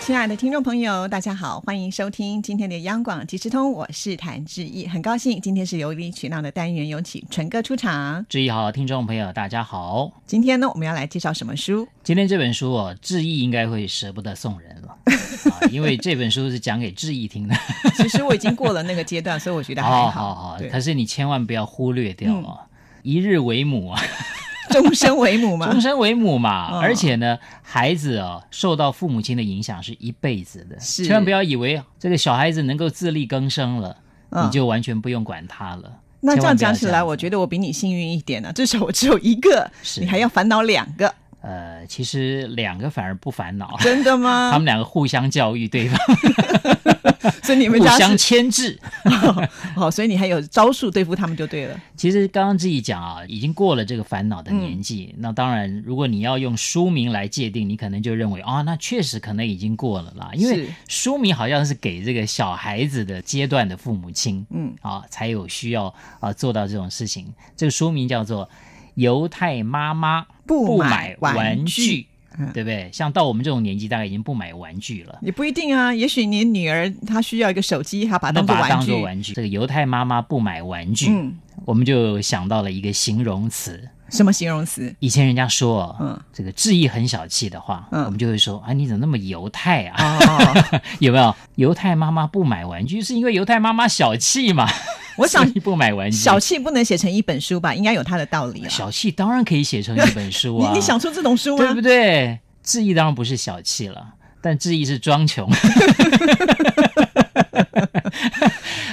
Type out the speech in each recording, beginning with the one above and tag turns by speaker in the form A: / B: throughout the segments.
A: 亲爱的听众朋友，大家好，欢迎收听今天的央广即时通，我是谭志毅，很高兴今天是由理取闹的单元，有请纯哥出场。
B: 志毅好，听众朋友大家好，
A: 今天呢，我们要来介绍什么 书？
B: 今天这本书哦，志毅应该会舍不得送人 了啊，因为这本书是讲给志毅听的。
A: 其实我已经过了那个阶段，所以我觉得还
B: 好
A: 好。
B: 好好
A: 对，嗯
B: 可是你千万不要忽略掉哦，一日为母啊，
A: 终身为母嘛
B: 终，身为母嘛，
A: 嗯
B: 而且呢，孩子哦，受到父母亲的影响是一辈子的，
A: 是
B: 千万不要以为这个小孩子能够自力更生了，
A: 嗯
B: 你就完全不用管他了。
A: 那这样讲起
B: 千万不要这
A: 来，
B: 样
A: 我觉得我比你幸运一点呢、至少我只有一个，
B: 是
A: 你还要烦恼两个，
B: 呃，其实两个反而不烦恼，
A: 真的
B: 他
A: 吗？
B: 们两个互相教育对方，
A: 所以你们
B: 互
A: 家
B: 相
A: 是
B: 牵制。
A: 哦，所以你还有招数对付他们就对了。
B: 其实刚刚自己讲啊，已经过了这个烦恼的年纪。
A: 嗯
B: 那当然，如果你要用书名来界定，你可能就认为啊、那确实可能已经过了啦，因为
A: 是
B: 书名好像是给这个小孩子的阶段的父母亲，
A: 嗯
B: 啊，才有需要啊做到这种事情。这个书名叫做《犹太妈妈
A: 不买
B: 买
A: 玩
B: 玩
A: 具
B: 具》。
A: 嗯
B: 对不对？像到我们这种年纪，大概已经不买玩具了。
A: 也不一定啊，也许你女儿她需要一个手机，她把它
B: 那
A: 当做
B: 把它
A: 啊玩
B: 当
A: 具。
B: 做玩具，这个犹太妈妈不买玩具，
A: 嗯，
B: 我们就想到了一个形容词，
A: 什么形容词？
B: 以前人家说，
A: 嗯
B: 嗯，这个志毅很小气的话，
A: 嗯
B: 我们就会说，啊，你怎么那么犹太啊？
A: 哦，
B: 有没有？犹太妈妈不买玩具，是因为犹太妈妈小气嘛？
A: 我想
B: 所以不买玩具，
A: 小气不能写成一本书吧，应该有它的道理啊。
B: 小气当然可以写成一本书
A: 你
B: 啊，
A: 你想出这种书
B: 对
A: 吗
B: 不？对？志毅当然不是小气了，但志毅是装穷。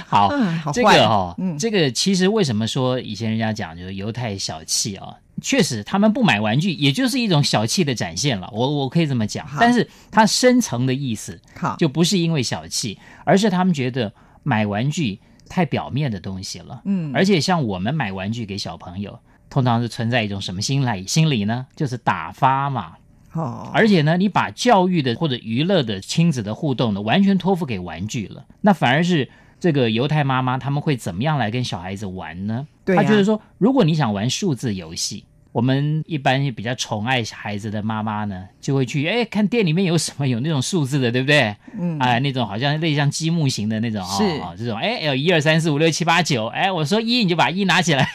B: 好，
A: 啊，好
B: 这
A: 坏
B: 个
A: 啊，
B: 哦，这个其实为什么说以前人家讲就是犹太小气啊、确实他们不买玩具，也就是一种小气的展现了。我我可以这么讲
A: 好，
B: 但是它深层的意思
A: 好，
B: 就不是因为小气，而是他们觉得买玩具太表面的东西了。
A: 嗯
B: 而且像我们买玩具给小朋友，通常是存在一种什么心理心理呢？就是打发嘛。
A: 哦，
B: 而且呢，你把教育的或者娱乐的亲子的互动呢，完全托付给玩具了，那反而是这个犹太妈妈他们会怎么样来跟小孩子玩呢？
A: 对呀
B: 她就是说，如果你想玩数字游戏。我们一般比较宠爱孩子的妈妈呢，就会去哎看店里面有什么有那种数字的，对不对？
A: 嗯
B: 啊、那种好像类似像积木型的那种啊、
A: 是
B: 哦，这种哎有一二三四五六七八九，哎我说一你就把一拿起来，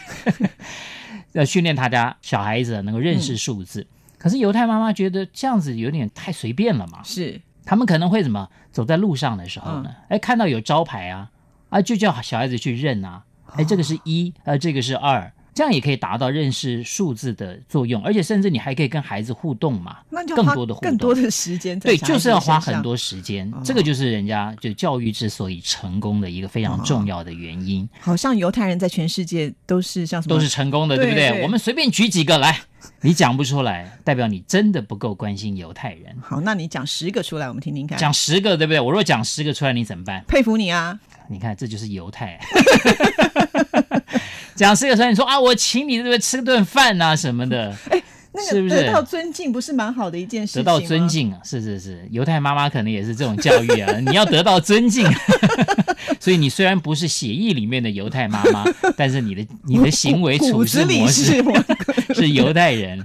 B: 要训练他家小孩子能够认
A: 嗯
B: 识数字。可是犹太妈妈觉得这样子有点太随便了嘛，
A: 是
B: 他们可能会怎么走在路上的
A: 嗯
B: 时候呢？哎、看到有招牌啊，啊就叫小孩子去认啊，哎这个是一，呃这个是二，这样也可以达到认识数字的作用，而且甚至你还可以跟孩子互动嘛，
A: 那就
B: 更
A: 花
B: 多的互动，
A: 更多的时间在
B: 对，
A: 小孩
B: 就是要
A: 子身
B: 花很
A: 上
B: 多时间
A: 哦，
B: 这个就是人家就教育之所以成功的一个非常重要的原因，
A: 好像犹太人在全世界都是像什么？
B: 都是成功的，
A: 对
B: 对不对？
A: 对
B: 我们随便举几个来，你讲不出来，代表你真的不够关心犹太人。
A: 好，那你讲十个出来，我们听听看。
B: 讲十个，对不对？我若讲十个出来，你怎么办？
A: 佩服你啊！
B: 你看，这就是犹太。 讲十个出来，你说啊，我请你对不对？吃顿饭呐、什么 的，
A: 那
B: 是
A: 个
B: 不
A: 得
B: 是
A: 到尊敬哎不是蛮好的一件事情
B: 得
A: 吗
B: 到尊，敬啊，是是是，犹太妈妈可能也是这种教育啊，你要得到尊敬。 所以你虽然不是血液里面的犹太妈妈，但是你的你的行为
A: 骨
B: 处
A: 子
B: 事
A: 里
B: 模
A: 是
B: 式
A: 我
B: 是犹太人。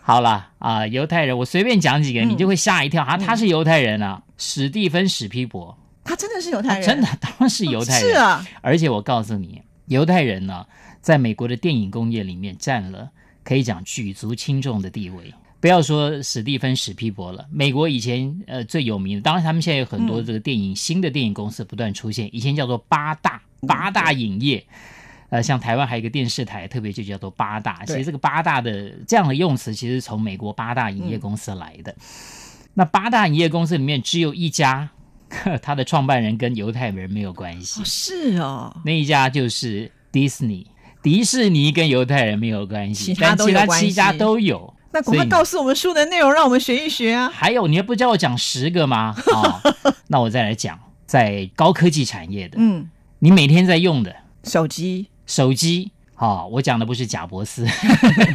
B: 好啦，啊、犹太人，我随便讲几个，你就
A: 嗯
B: 会吓一跳啊，他是犹太人啊，史蒂芬史皮博，
A: 他真的是犹太人，
B: 啊真的当然是犹太人。
A: 是啊，
B: 而且我告诉你，犹太人呢，在美国的电影工业里面占了可以讲举足轻重的地位。不要说史蒂芬史皮伯了，美国以前呃最有名的，当然他们现在有很多这个电影、新的电影公司不断出现，以前叫做八大八大影业。呃，像台湾还有一个电视台，特别就叫做八大。其
A: 对
B: 实这个八大的这样的用词，其实是从美国八大影业公司来的。那八大影业公司里面只有一家， 它的创办人跟犹太人没有关系
A: 哦。是哦，
B: 那一家就是迪士尼，迪士尼跟犹太人没有关系，
A: 其他都有
B: 但
A: 关
B: 其他
A: 系
B: 七家都有。
A: 那赶快
B: 所以
A: 告诉我们书的内容，让我们学一学啊！
B: 还有，你还不叫我讲十个 吗？啊、那我再来讲，在高科技产业的，
A: 嗯，
B: 你每天在用的
A: 手机
B: 手机好、我讲的不是贾 伯斯，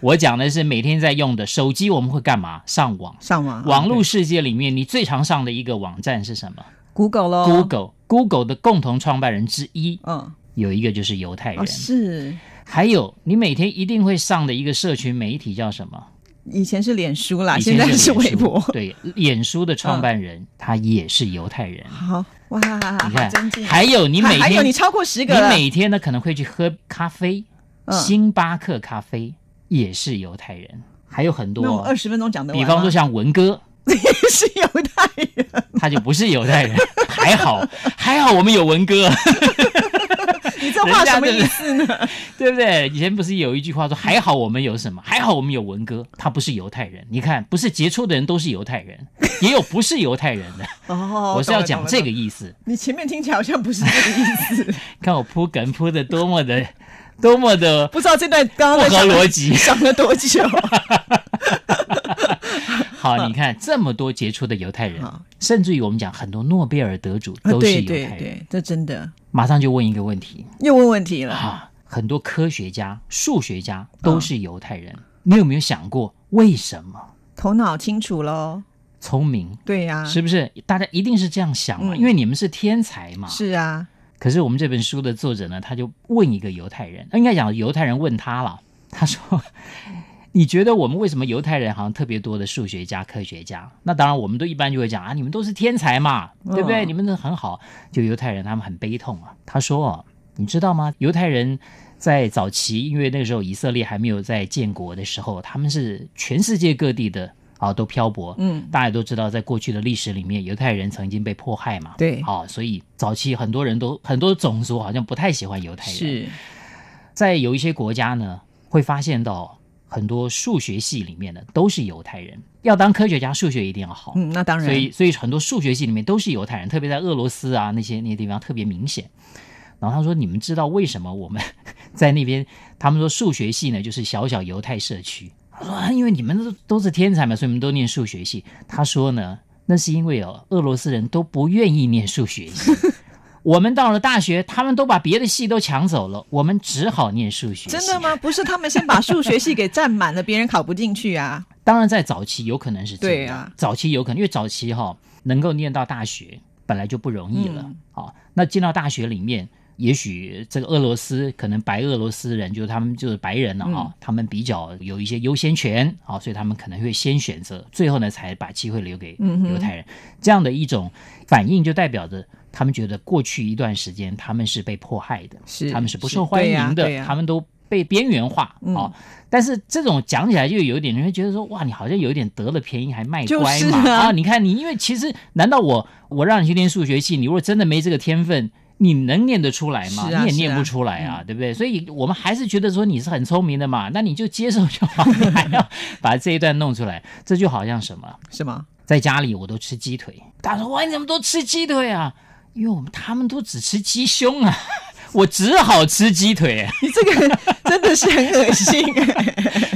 B: 我讲的是每天在用的手机，我们会干嘛？上网。
A: 上网
B: 网络世界里面，你最常上的一个网站是什么
A: Google 咯
B: Google Google 的共同创办人之一
A: 嗯
B: 有一个就是犹太人
A: 哦，是
B: 还有你每天一定会上的一个社群媒体叫什么？
A: 以前是脸书啦，
B: 以
A: 啊现
B: 前
A: 在
B: 脸
A: 是
B: 书
A: 微博。
B: 对，脸书的创办人、他也是犹太人。
A: 好哇，
B: 你
A: 好
B: 看
A: 嗯 真进，，
B: 还有你每天
A: 还有你超过十
B: 你
A: 个了，
B: 每天呢可能会去喝咖啡，
A: 嗯
B: 星巴克咖啡也是犹太人，还有很多
A: 那我
B: 哦
A: 二，十分钟讲得完啊
B: 比
A: 吗
B: 方说像文哥，
A: 是犹太人，
B: 他就不是犹太人， 还好还好我们有文哥，
A: 你这话什么意思呢？
B: 对不对？以前不是有一句话说还好我们有什么，还好我们有文哥，他不是犹太人。你看，不是杰出的人都是犹太人，也有不是犹太人的，
A: 哦，
B: 我是要讲这
A: 懂了。懂
B: 个
A: 了
B: 意思。
A: 你前面听起来好像不是这个意思，
B: 看我铺梗铺的多么的 多么的
A: 不知道这段刚
B: 不
A: 刚在
B: 合
A: 想
B: 逻 辑。
A: 想了多久？
B: 好，你看这么多杰出的犹太人
A: 好，
B: 甚至于我们讲很多诺贝尔得主
A: 嗯啊
B: 都是
A: 对
B: 犹
A: 对
B: 太人。
A: 对，这真的
B: 马上就问一个问题
A: 又问问题了。
B: 啊，很多科学家、数学家
A: 嗯
B: 都是犹太人，你有没有想过为什么？
A: 头脑清楚喽，
B: 聪明
A: 对呀、
B: 是不是？大家一定是这样想嘛，
A: 啊嗯
B: 因为你们是天才嘛。。
A: 是啊，
B: 可是我们这本书的作者呢，他就问一个犹太人，呃应该讲犹太人问他了， 他说：“你觉得我们为什么犹太人好像特别多的数学家、科学家？那当然，我们都一般就会讲啊，你们都是天才嘛，对不对？
A: 嗯
B: 你们都很好。就犹太人他们很悲痛啊，他说哦，你知道吗？犹太人。”在早期，因为那个时候以色列还没有在建国的时候，他们是全世界各地的啊都漂泊，
A: 嗯，
B: 大家都知道，在过去的历史里面，犹太人曾经被迫害嘛，
A: 对
B: 好、所以早期很多人都很多种族好像不太喜欢犹太人，
A: 是
B: 在有一些国家呢，会发现到很多数学系里面的都是犹太人，要当科学家，数学一定要好，
A: 嗯，那当然，
B: 所以所以很多数学系里面都是犹太人，特别在俄罗斯啊那些那些地方特别明显。然后他说：“你们知道为什么我们在那边？他们说数学系呢，就是小小犹太社区。他说啊，因为你们都都是天才嘛，所以你们都念数学系。他说呢，那是因为哦，俄罗斯人都不愿意念数学 系。我们到了大学，他们都把别的系都抢走了，我们只好念数学系。
A: 真的吗？不是他们先把数学系给占满了，别人考不进去啊。
B: 当然，在早期有可能是这
A: 对
B: 样，
A: 啊
B: 早期有可能，因为早期哈、能够念到大学本来就不容易了啊、
A: 嗯
B: 好那进到大学里面，也许这个俄罗斯可能白俄罗斯人就是他们就是白人了啊、
A: 嗯
B: 他们比较有一些优先权啊、所以他们可能会先选择，最后呢才把机会留给
A: 嗯哼
B: 犹太人。这样的一种反应，就代表着他们觉得过去一段时间他们是被迫害的，
A: 是
B: 他们是不
A: 是
B: 受欢
A: 对呀
B: 迎的，
A: 对呀
B: 他们都被边缘化啊、
A: 嗯
B: 但是这种讲起来就有一点，你会觉得说，哇，你好像有点得了便宜还卖乖
A: 就
B: 嘛、
A: 是啊
B: 你看你，因为其实难道我我让你去念数学系，你如果真的没这个天分，你能念得出来吗？
A: 是啊
B: 你也念
A: 是啊
B: 不出来啊，对不对？所以我们还是觉得说你是很聪明的嘛，那你就接受就好，你还要 把这一段弄出来，这就好像什么？
A: 是吗？
B: 在家里我都吃鸡腿。他说：“哇，你怎么都吃鸡腿啊？因为我们他们都只吃鸡胸啊， 我只好吃鸡腿。
A: 你这个真的是很恶心、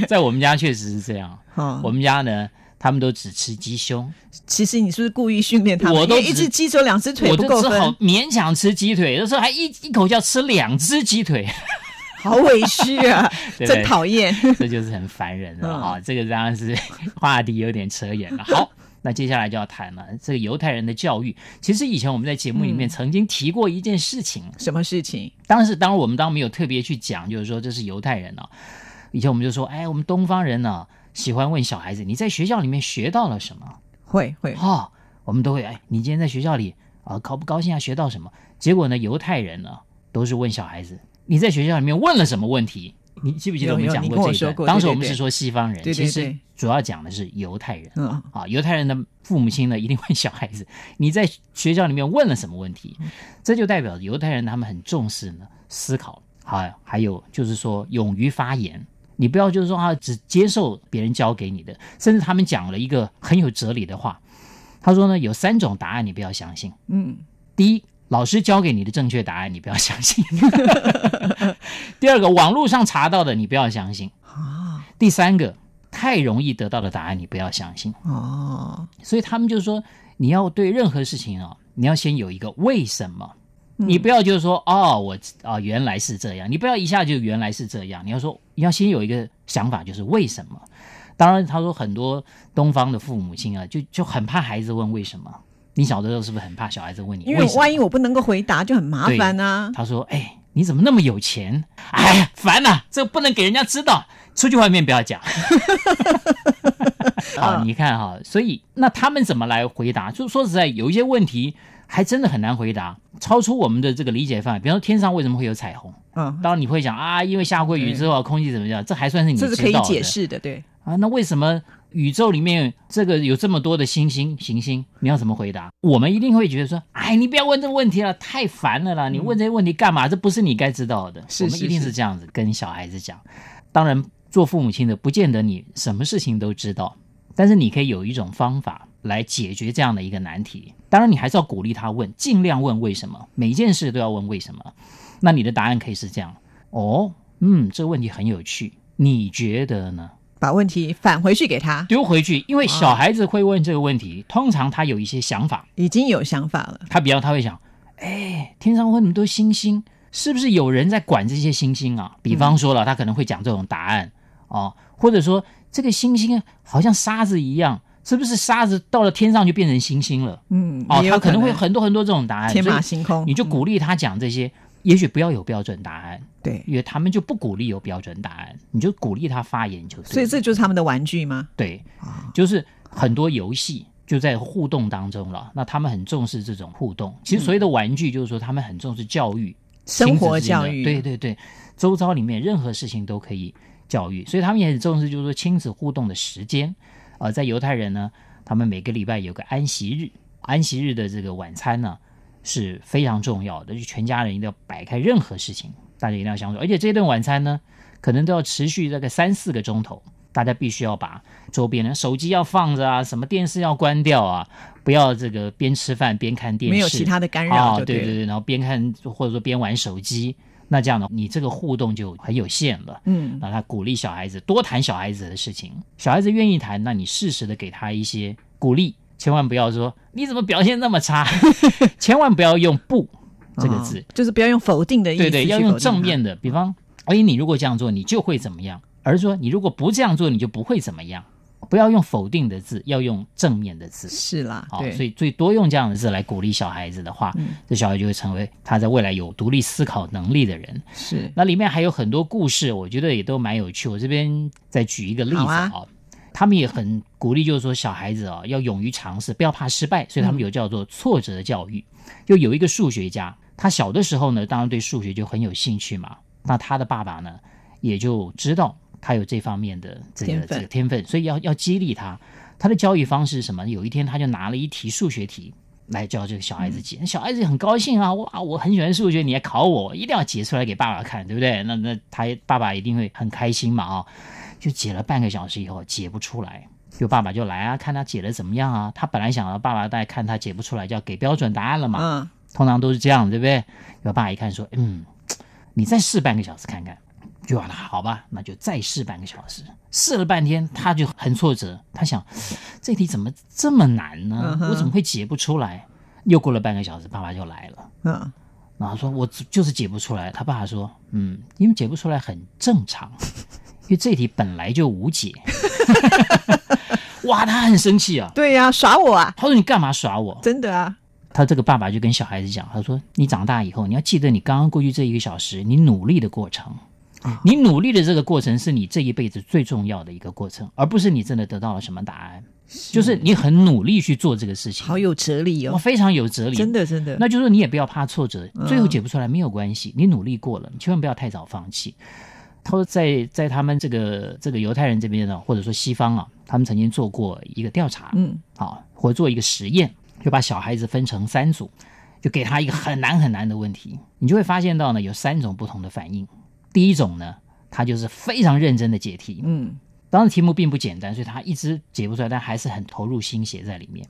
B: 在我们家确实是这样，
A: 好，
B: 我们家呢。”他们都只吃鸡胸，
A: 其实你是不是故意训练他们？
B: 我都
A: 因为一
B: 只
A: 只鸡只有两只腿
B: 我
A: 不
B: 就
A: 够
B: 只好
A: 分，
B: 勉强吃鸡腿，有时候还一一口就要吃两只鸡腿，
A: 好委屈啊，
B: 对不对
A: 真讨厌。
B: 这就是很烦人
A: 嗯
B: 了哈、这个当然是 话题有点扯远了。好，那接下来就要谈了这个犹太人的教育。其实以前我们在节目里
A: 嗯
B: 面曾经提过一件事情，啊
A: 什么事情？
B: 当时当然我们当然没有特别去讲，就是说这是犹太人啊。以前我们就说，哎，我们东方人呢、喜欢问小孩子，你在学校里面学到了什么？
A: 会会
B: 哦，我们都会，哎，你今天在学校里啊，高不高兴啊？学到什么？结果呢，犹太人呢、都是问小孩子，你在学校里面问了什么问题？你记不记得
A: 有
B: 我们
A: 有
B: 讲
A: 你
B: 过
A: 跟我
B: 这一
A: 说
B: 段？
A: 过
B: 当
A: 对
B: 时
A: 对
B: 我们是
A: 对
B: 说西方人，
A: 对对
B: 其实
A: 对
B: 主要讲的是犹太人。
A: 嗯，
B: 啊，犹太人的父母亲呢，一定问小孩子你在学校里面问了什么问题，这就代表犹太人他们很重视呢思考，好、还有就是说勇于发言。你不要就是说啊，只接受别人教给你的，甚至他们讲了一个很有哲理的话，他说呢，有三种答案你不要相信。
A: 嗯，
B: 第一，老师教给你的正确答案你不要相信； 第二个，网络上查到的你不要相信；
A: 啊
B: 第三个，太容易得到的答案你不要相信。
A: 哦，
B: 哦所以他们就说，你要对任何事情啊，你要先有一个为什么。你不要就是说哦，我啊、原来是这样，你不要一下就原来是这样，你要说你要先有一个想法，就是为什么。当然，他说很多东方的父母亲啊，就就很怕孩子问为什么。你小的时候是不是很怕小孩子问你？
A: 因为
B: 什么
A: 万一我不能够回答，就很麻烦啊。
B: 他说：“哎、你怎么那么有钱？哎呀，烦呐、这不能给人家知道，出去外面不 要讲。”好，
A: 啊
B: 你看哈，所以那他们怎么来回答？就说实在，有一些问题还真的很难回答，超出我们的这个理解范围。比方说，天上为什么会有彩虹？
A: 嗯，
B: 当然你会想啊，因为下过雨之后空气怎么样？这还算是你知
A: 这
B: 道
A: 是
B: 的
A: 可以解释的，对。
B: 啊。那为什么宇宙里面这个有这么多的星星行星？你要怎么回答？我们一定会觉得说，哎，你不要问这个问题了，太烦了啦！你问这些问题干嘛？这不是你该知道的。
A: 嗯是
B: 我们
A: 是
B: 一定
A: 是
B: 是这样子跟小孩子讲。当然，做父母亲的不见得你什么事情都知道，但是你可以有一种方法来解决这样的一个难题。当然，你还是要鼓励他问，尽量问为什么，每件事都要问为什么。那你的答案可以是这样：哦，嗯，这个问题很有趣，你觉得呢？
A: 把问题返回去给他，
B: 丢回去，
A: 啊
B: 因为小孩子会问这个问题，通常他有一些想法，
A: 已经有想法了。
B: 他比方他会想，哎，天上会那么多星星，是不是有人在管这些星星啊？比方说
A: 嗯
B: 了，他可能会讲这种答案哦，或者说这个星星啊好像沙子一样，是不是沙子到了天上就变成星星了？
A: 嗯，
B: 哦，
A: 也有
B: 他可能会很多很多这种答案，
A: 天马
B: 所以
A: 行空。
B: 你就鼓励他讲这些，也许不要有标准答案，
A: 对，
B: 因为他们就不鼓励有标准答案，你就鼓励他发言就对了。
A: 所以这就是他们的玩具吗？
B: 对，就是很多游戏就在互动当中了。那他们很重视这种互动。其实所谓的玩具，就是说他们很重视教育、
A: 生活
B: 亲子之间
A: 教
B: 的
A: 育，啊
B: 对，对对，周遭里面任何事情都可以教育，所以他们也很重视，就是说亲子互动的时间。呃，在犹太人呢，他们每个礼拜有个安息日，安息日的这个晚餐呢是非常重要的，就全家人一定要摆开任何事情，大家一定要相处，而且这顿晚餐呢，可能都要持续大概三四个钟头。大家必须要把周边的手机要放着啊，什么电视要关掉啊，不要这个边吃饭边看电视，
A: 没有其他的干扰
B: 哦，
A: 就
B: 对
A: 了。
B: 对，然后边看或者说边玩手机，那这样的你这个互动就很有限了。
A: 嗯，
B: 那他鼓励小孩子多谈小孩子的事情，小孩子愿意谈，那你适时的给他一些鼓励，千万不要说你怎么表现那么差， 千万不要用不这个字
A: 哦，就是不要用否定的意思，
B: 对对，要用正。面的，比方，哎，你如果这样做，你就会怎么样，而是说你如果不这样做，你就不会怎么样。不要用否定的字，要用正面的字。
A: 是啦，
B: 好、
A: 对，
B: 哦啊所以最多用这样的字来鼓励小孩子的话，这小孩就会成为他在未来有独立思考能力的人。
A: 是
B: 那里面还有很多故事，我觉得也都蛮有趣。我这边再举一个例子
A: 好啊
B: 啊、他们也很鼓励，就是说小孩子啊、要勇于尝试，不要怕失败，所以他们有叫做挫折教育。就有一个数学家，他小的时候呢，当然对数学就很有兴趣嘛。那他的爸爸呢，也就知道他有这方面的这
A: 天
B: 个
A: 分
B: 这个天分，所以要要激励他。他的教育方式是什么？有一天他就拿了一题数学题来教这个小孩子解，那小孩子很高兴啊，我啊我很喜欢数学，你还考我，一定要解出来给爸爸看，对不对？那那他爸爸一定会很开心嘛啊、就解了半个小时以后解不出来，就爸爸就来啊，看他解的怎么样啊。他本来想要爸爸大概看他解不出来，就要给标准答案了嘛，
A: 嗯，
B: 通常都是这样，对不对？有爸爸一看说，嗯，你再试半个小时看看。就好了，好吧，那就再试半个小时。试了半天，他就很挫折，他想这题怎么这么难呢
A: 嗯？哼
B: 我怎么会解不出来？又过了半个小时，爸爸就来了，
A: 嗯，
B: 然后说我只就是解不出来。他爸爸说，嗯，因为解不出来很正常，因为这题本来就无解。 哇，他很生气啊，
A: 对呀，耍我啊，
B: 他说你干嘛耍我？
A: 真的啊，
B: 他这个爸爸就跟小孩子讲，他说：“你长大以后，你要记得你刚刚过去这一个小时，你努力的过程，
A: 啊
B: 你努力的这个过程是你这一辈子最重要的一个过程，而不是你真的得到了什么答案，就是你很努力去做这个事情，
A: 好有哲理
B: 哇，
A: 哦，
B: 非常有哲理，
A: 真的嗯真的。
B: 那就是你也不要怕挫折，最后解不出来没有关系，你努力过了，你千万不要太早放弃。他说在在他们这个这个犹太人这边呢，或者说西方啊，他们曾经做过一个调查，
A: 嗯，
B: 啊，或者做一个实验，就把小孩子分成三组，就给他一个很难很难的问题，你就会发现到呢有三种不同的反应。第一种呢，他就是非常认真的解题，
A: 嗯，
B: 当然题目并不简单，所以他一直解不出来，但还是很投入心血在里面。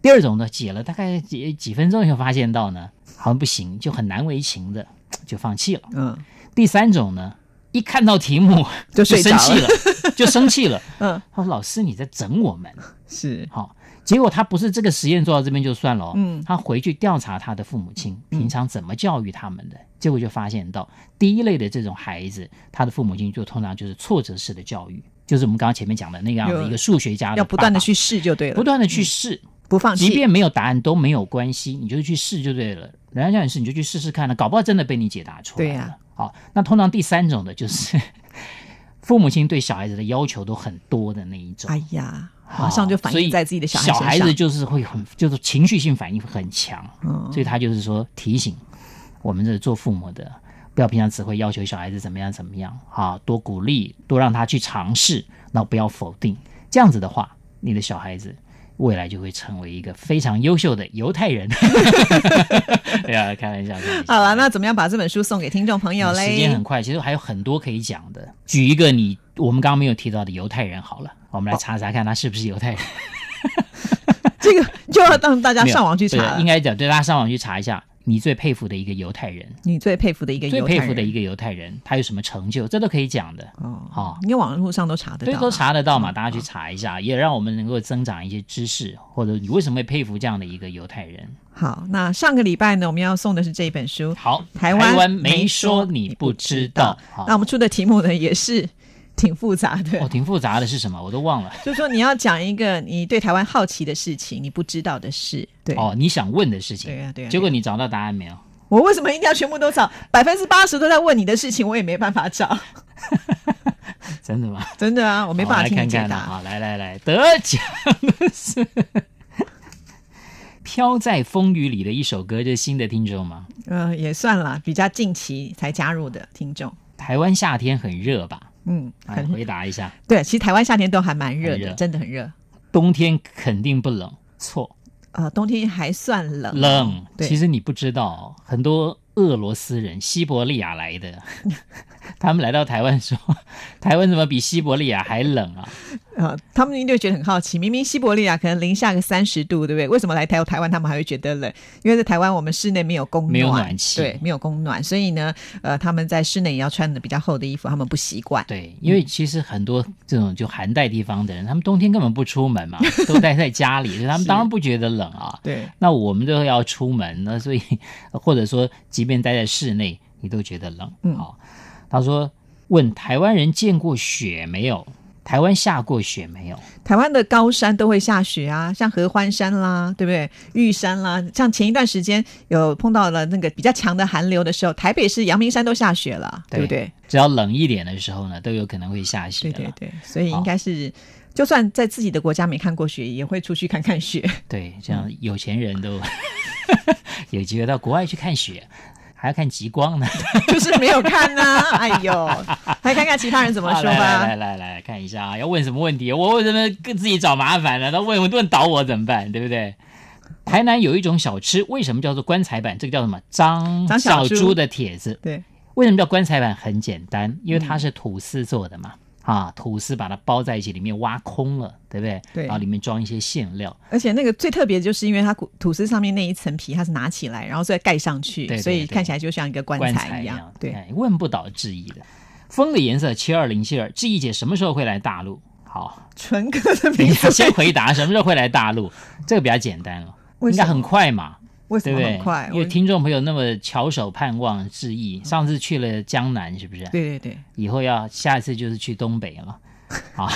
B: 第二种呢，解了大概几几分钟以后，发现到呢好像不行，就很难为情的就放弃了。
A: 嗯，
B: 第三种呢，一看到题目
A: 就睡着
B: 生气
A: 了
B: 了，就生气了。
A: 嗯，
B: 他说：“老师，你在整我们。啊
A: 是”
B: 好，结果他不是这个实验做到这边就算了、哦，
A: 嗯
B: 他回去调查他的父母亲平常怎么教育他们的，结果就发现到第一类的这种孩子，他的父母亲就通常就是挫折式的教育，就是我们刚刚前面讲的那样的
A: 有
B: 一个数学家的
A: 要不断的
B: 啊爸爸
A: 去试就对了，
B: 不断的去试，
A: 不放
B: 即
A: 弃。
B: 便没有答案都没有关系，你就去试就对了。人家叫你试，你就去试试看了，搞不好真的被你解答出来了。
A: 对呀
B: 好，那通常第三种的就是父母亲对小孩子的要求都很多的那一种。
A: 哎呀，马上就反
B: 所以
A: 映在自己的小
B: 小
A: 孩身上。
B: 子就是会很，就是情绪性反应很强，
A: 嗯
B: 所以他就是说提醒我们这做父母的，不要平常只会要求小孩子怎么样怎么样啊，多鼓励，多让他去尝试，那不要否定。这样子的话，你的小孩子未来就会成为一个非常优秀的犹太人。对啊，开玩笑。开玩笑
A: 好了，那怎么样把这本书送给听众朋友
B: 嗯
A: 嘞？
B: 时间很快，其实还有很多可以讲的。举一个你我们刚刚没有提到的犹太人好了，我们来查查看他是不是犹太人。
A: 这个就要让大家
B: 没有
A: 上网去查
B: 对
A: 了。
B: 应该讲对大家上网去查一下，你最佩服的一个犹太人，
A: 你最佩服的一个
B: 最
A: 哎犹太
B: 佩
A: 人，
B: 服的一个犹太人，他有什么成就，这都可以讲的，
A: 哦，
B: 好
A: 因为网络上都查得
B: 对，
A: 到，
B: 都。查得到
A: 嗯
B: 嘛，大家去查一下，也让我们能够增长一些知识，或者你为什么会佩服这样的一个犹太人？
A: 好，那上个礼拜呢，我们要送的是这本书。
B: 好，
A: 台湾
B: 湾
A: 没
B: 没
A: 说
B: 说
A: 你
B: 你
A: 不
B: 不
A: 知
B: 知
A: 道
B: 道，
A: 那我
B: 好，
A: 们出的题目呢，也是挺复杂的。
B: 哦，挺复杂的是什么？我都忘了。
A: 就是说，你要讲一个你对台湾好奇的事情，你不知道的事。对，
B: 哦，你想问的事情，
A: 对啊对啊
B: 结果你找到答案没有？
A: 我为什么一定要全部都找？百分之八十都在问你的事情，我也没办法找。
B: 真的吗？
A: 真的啊，我没办法
B: 好来
A: 听你
B: 看
A: 解
B: 看
A: 答。
B: 啊好，来来来，得奖的是飘在风雨里的一首歌，这是新的听众吗？
A: 嗯、也算啦，比较近期才加入的听众。
B: 台湾夏天很热吧？
A: 嗯，
B: 来
A: 很
B: 回答一下，
A: 对。其实台湾夏天都还蛮热
B: 哎很
A: 的，
B: 热
A: 真的很热。
B: 冬天肯定不冷，错，
A: 呃，冬天还算冷，
B: 冷。
A: 对
B: 其实你不知道，很多俄罗斯人、西伯利亚来的， 他们来到台湾说， 台湾怎么比西伯利亚还冷啊？
A: 呃，他们一定会觉得很好奇，明明西伯利亚可能零下个三十度，对不对？为什么来台台湾他们还会觉得冷？因为在台湾我们室内没有供暖，
B: 没有暖气
A: 对，没有供暖，所以呢，呃，他们在室内也要穿的比较厚的衣服，他们不习惯。
B: 对，因为
A: 嗯
B: 其实很多这种就寒带地方的人，他们冬天根本不出门嘛，都待在家 里，所以他们当然不觉得冷啊。
A: 对，
B: 那我们都要出门，那所以 或者说，即便待在室内，你都觉得冷。
A: 嗯
B: 好、他说问台湾人见过雪没有？台湾下过雪没有？
A: 台湾的高山都会下雪啊，像合欢山啦，对不对？玉山啦，像前一段时间有碰到了那个比较强的寒流的时候，台北市阳明山都下雪了，对不对？
B: 只要冷一点的时候呢，都有可能会下雪
A: 对
B: 了。
A: 对对，所以应该是，就算在自己的国家没看过雪，也会出去看看 雪。
B: 对这样有钱人都 有机会到国外去看雪，还要看极光呢。
A: 就是没有看呐、哎呦，来看看其他人怎么
B: 好
A: 说
B: 来来
A: 吧
B: 来。来来看一下啊，要问什么问题？我为什么跟自己找麻烦呢？他问问倒我怎么办？对不对？台南有一种小吃，为什么叫做棺材板？这个叫什么？张
A: 张小
B: 小
A: 猪
B: 猪的帖子。
A: 对，
B: 为什么叫棺材板？很简单，因为它是吐司做的嘛。啊，吐司把它包在一起，里面挖空了，对不对？
A: 对
B: 然后里面装一些馅料，
A: 而且那个最特别的就是因为它骨吐司上面那一层皮它是拿起来，然后再盖上去，
B: 对对
A: 所以
B: 对
A: 看起来就像一个棺
B: 棺
A: 材
B: 材
A: 一样。
B: 样。
A: 对，
B: 哎，问不倒志毅的。风的颜色七二零七二，志毅姐什么时候会来大陆？好，
A: 纯哥的
B: 等一
A: 名
B: 下
A: 字
B: 先回答什么时候会来大陆，这个比较简单了，
A: 为
B: 应
A: 什么
B: 该很快嘛。
A: 为什
B: 对
A: 么
B: 不对？
A: 很快？
B: 因为
A: 我
B: 听众朋友那么翘首盼望致意，上次去了江南，是不是？
A: 对对对，
B: 以后要下一次就是去东北 了。好，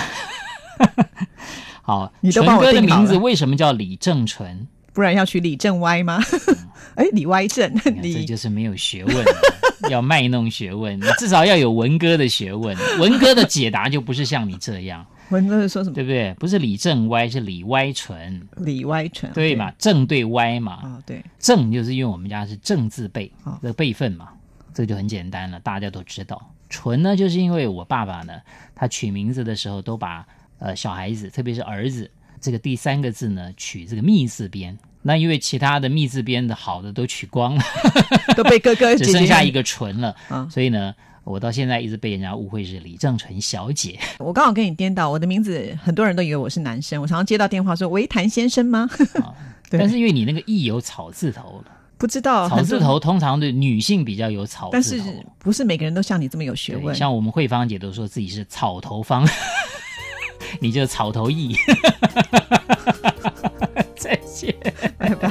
B: 好，
A: 你都
B: 纯
A: 帮我
B: 哥的
A: 定好
B: 名字
A: 了
B: 为什么叫李正纯？
A: 不然要去李正歪吗？ 哎，李歪正，
B: 哦你看这
A: 李
B: 就是没有学问， 要卖弄学问，你至少要有文哥的学问。文哥的解答就不是像你这样，
A: 文哥是说什么？
B: 对不对？不是李正歪，是李歪纯，
A: 李歪纯，
B: 对？嘛？正对歪嘛。
A: 哦，对，
B: 正就是因为我们家是正字辈
A: 哦
B: 的辈分嘛，这个就很简单了，大家都知道。纯呢，就是因为我爸爸呢，他取名字的时候都把呃小孩子，特别是儿子这个第三个字呢，取这个密字边。那因为其他的密字边的好的都取光 了，
A: 都被哥哥姐
B: 只
A: 姐
B: 剩下一
A: 个。
B: 个纯了，
A: 嗯
B: 所以呢，我到现在一直被人家误会是李正纯小姐。
A: 我刚好跟你颠倒，我的名字很多人都以为我是男生，我常常接到电话说“喂，谭先生吗
B: 啊
A: 对
B: 但是因为你那个“易”有草字头，？”
A: 不知道，
B: 草
A: 很多
B: 字头通常对女性比较有草
A: 但
B: 字
A: 是
B: 头。
A: 不是每个人都像你这么有学
B: 对
A: 问？
B: 像我们慧芳姐都说自己是 草头方，你就是草头艺。
C: 再见。
B: 拜拜。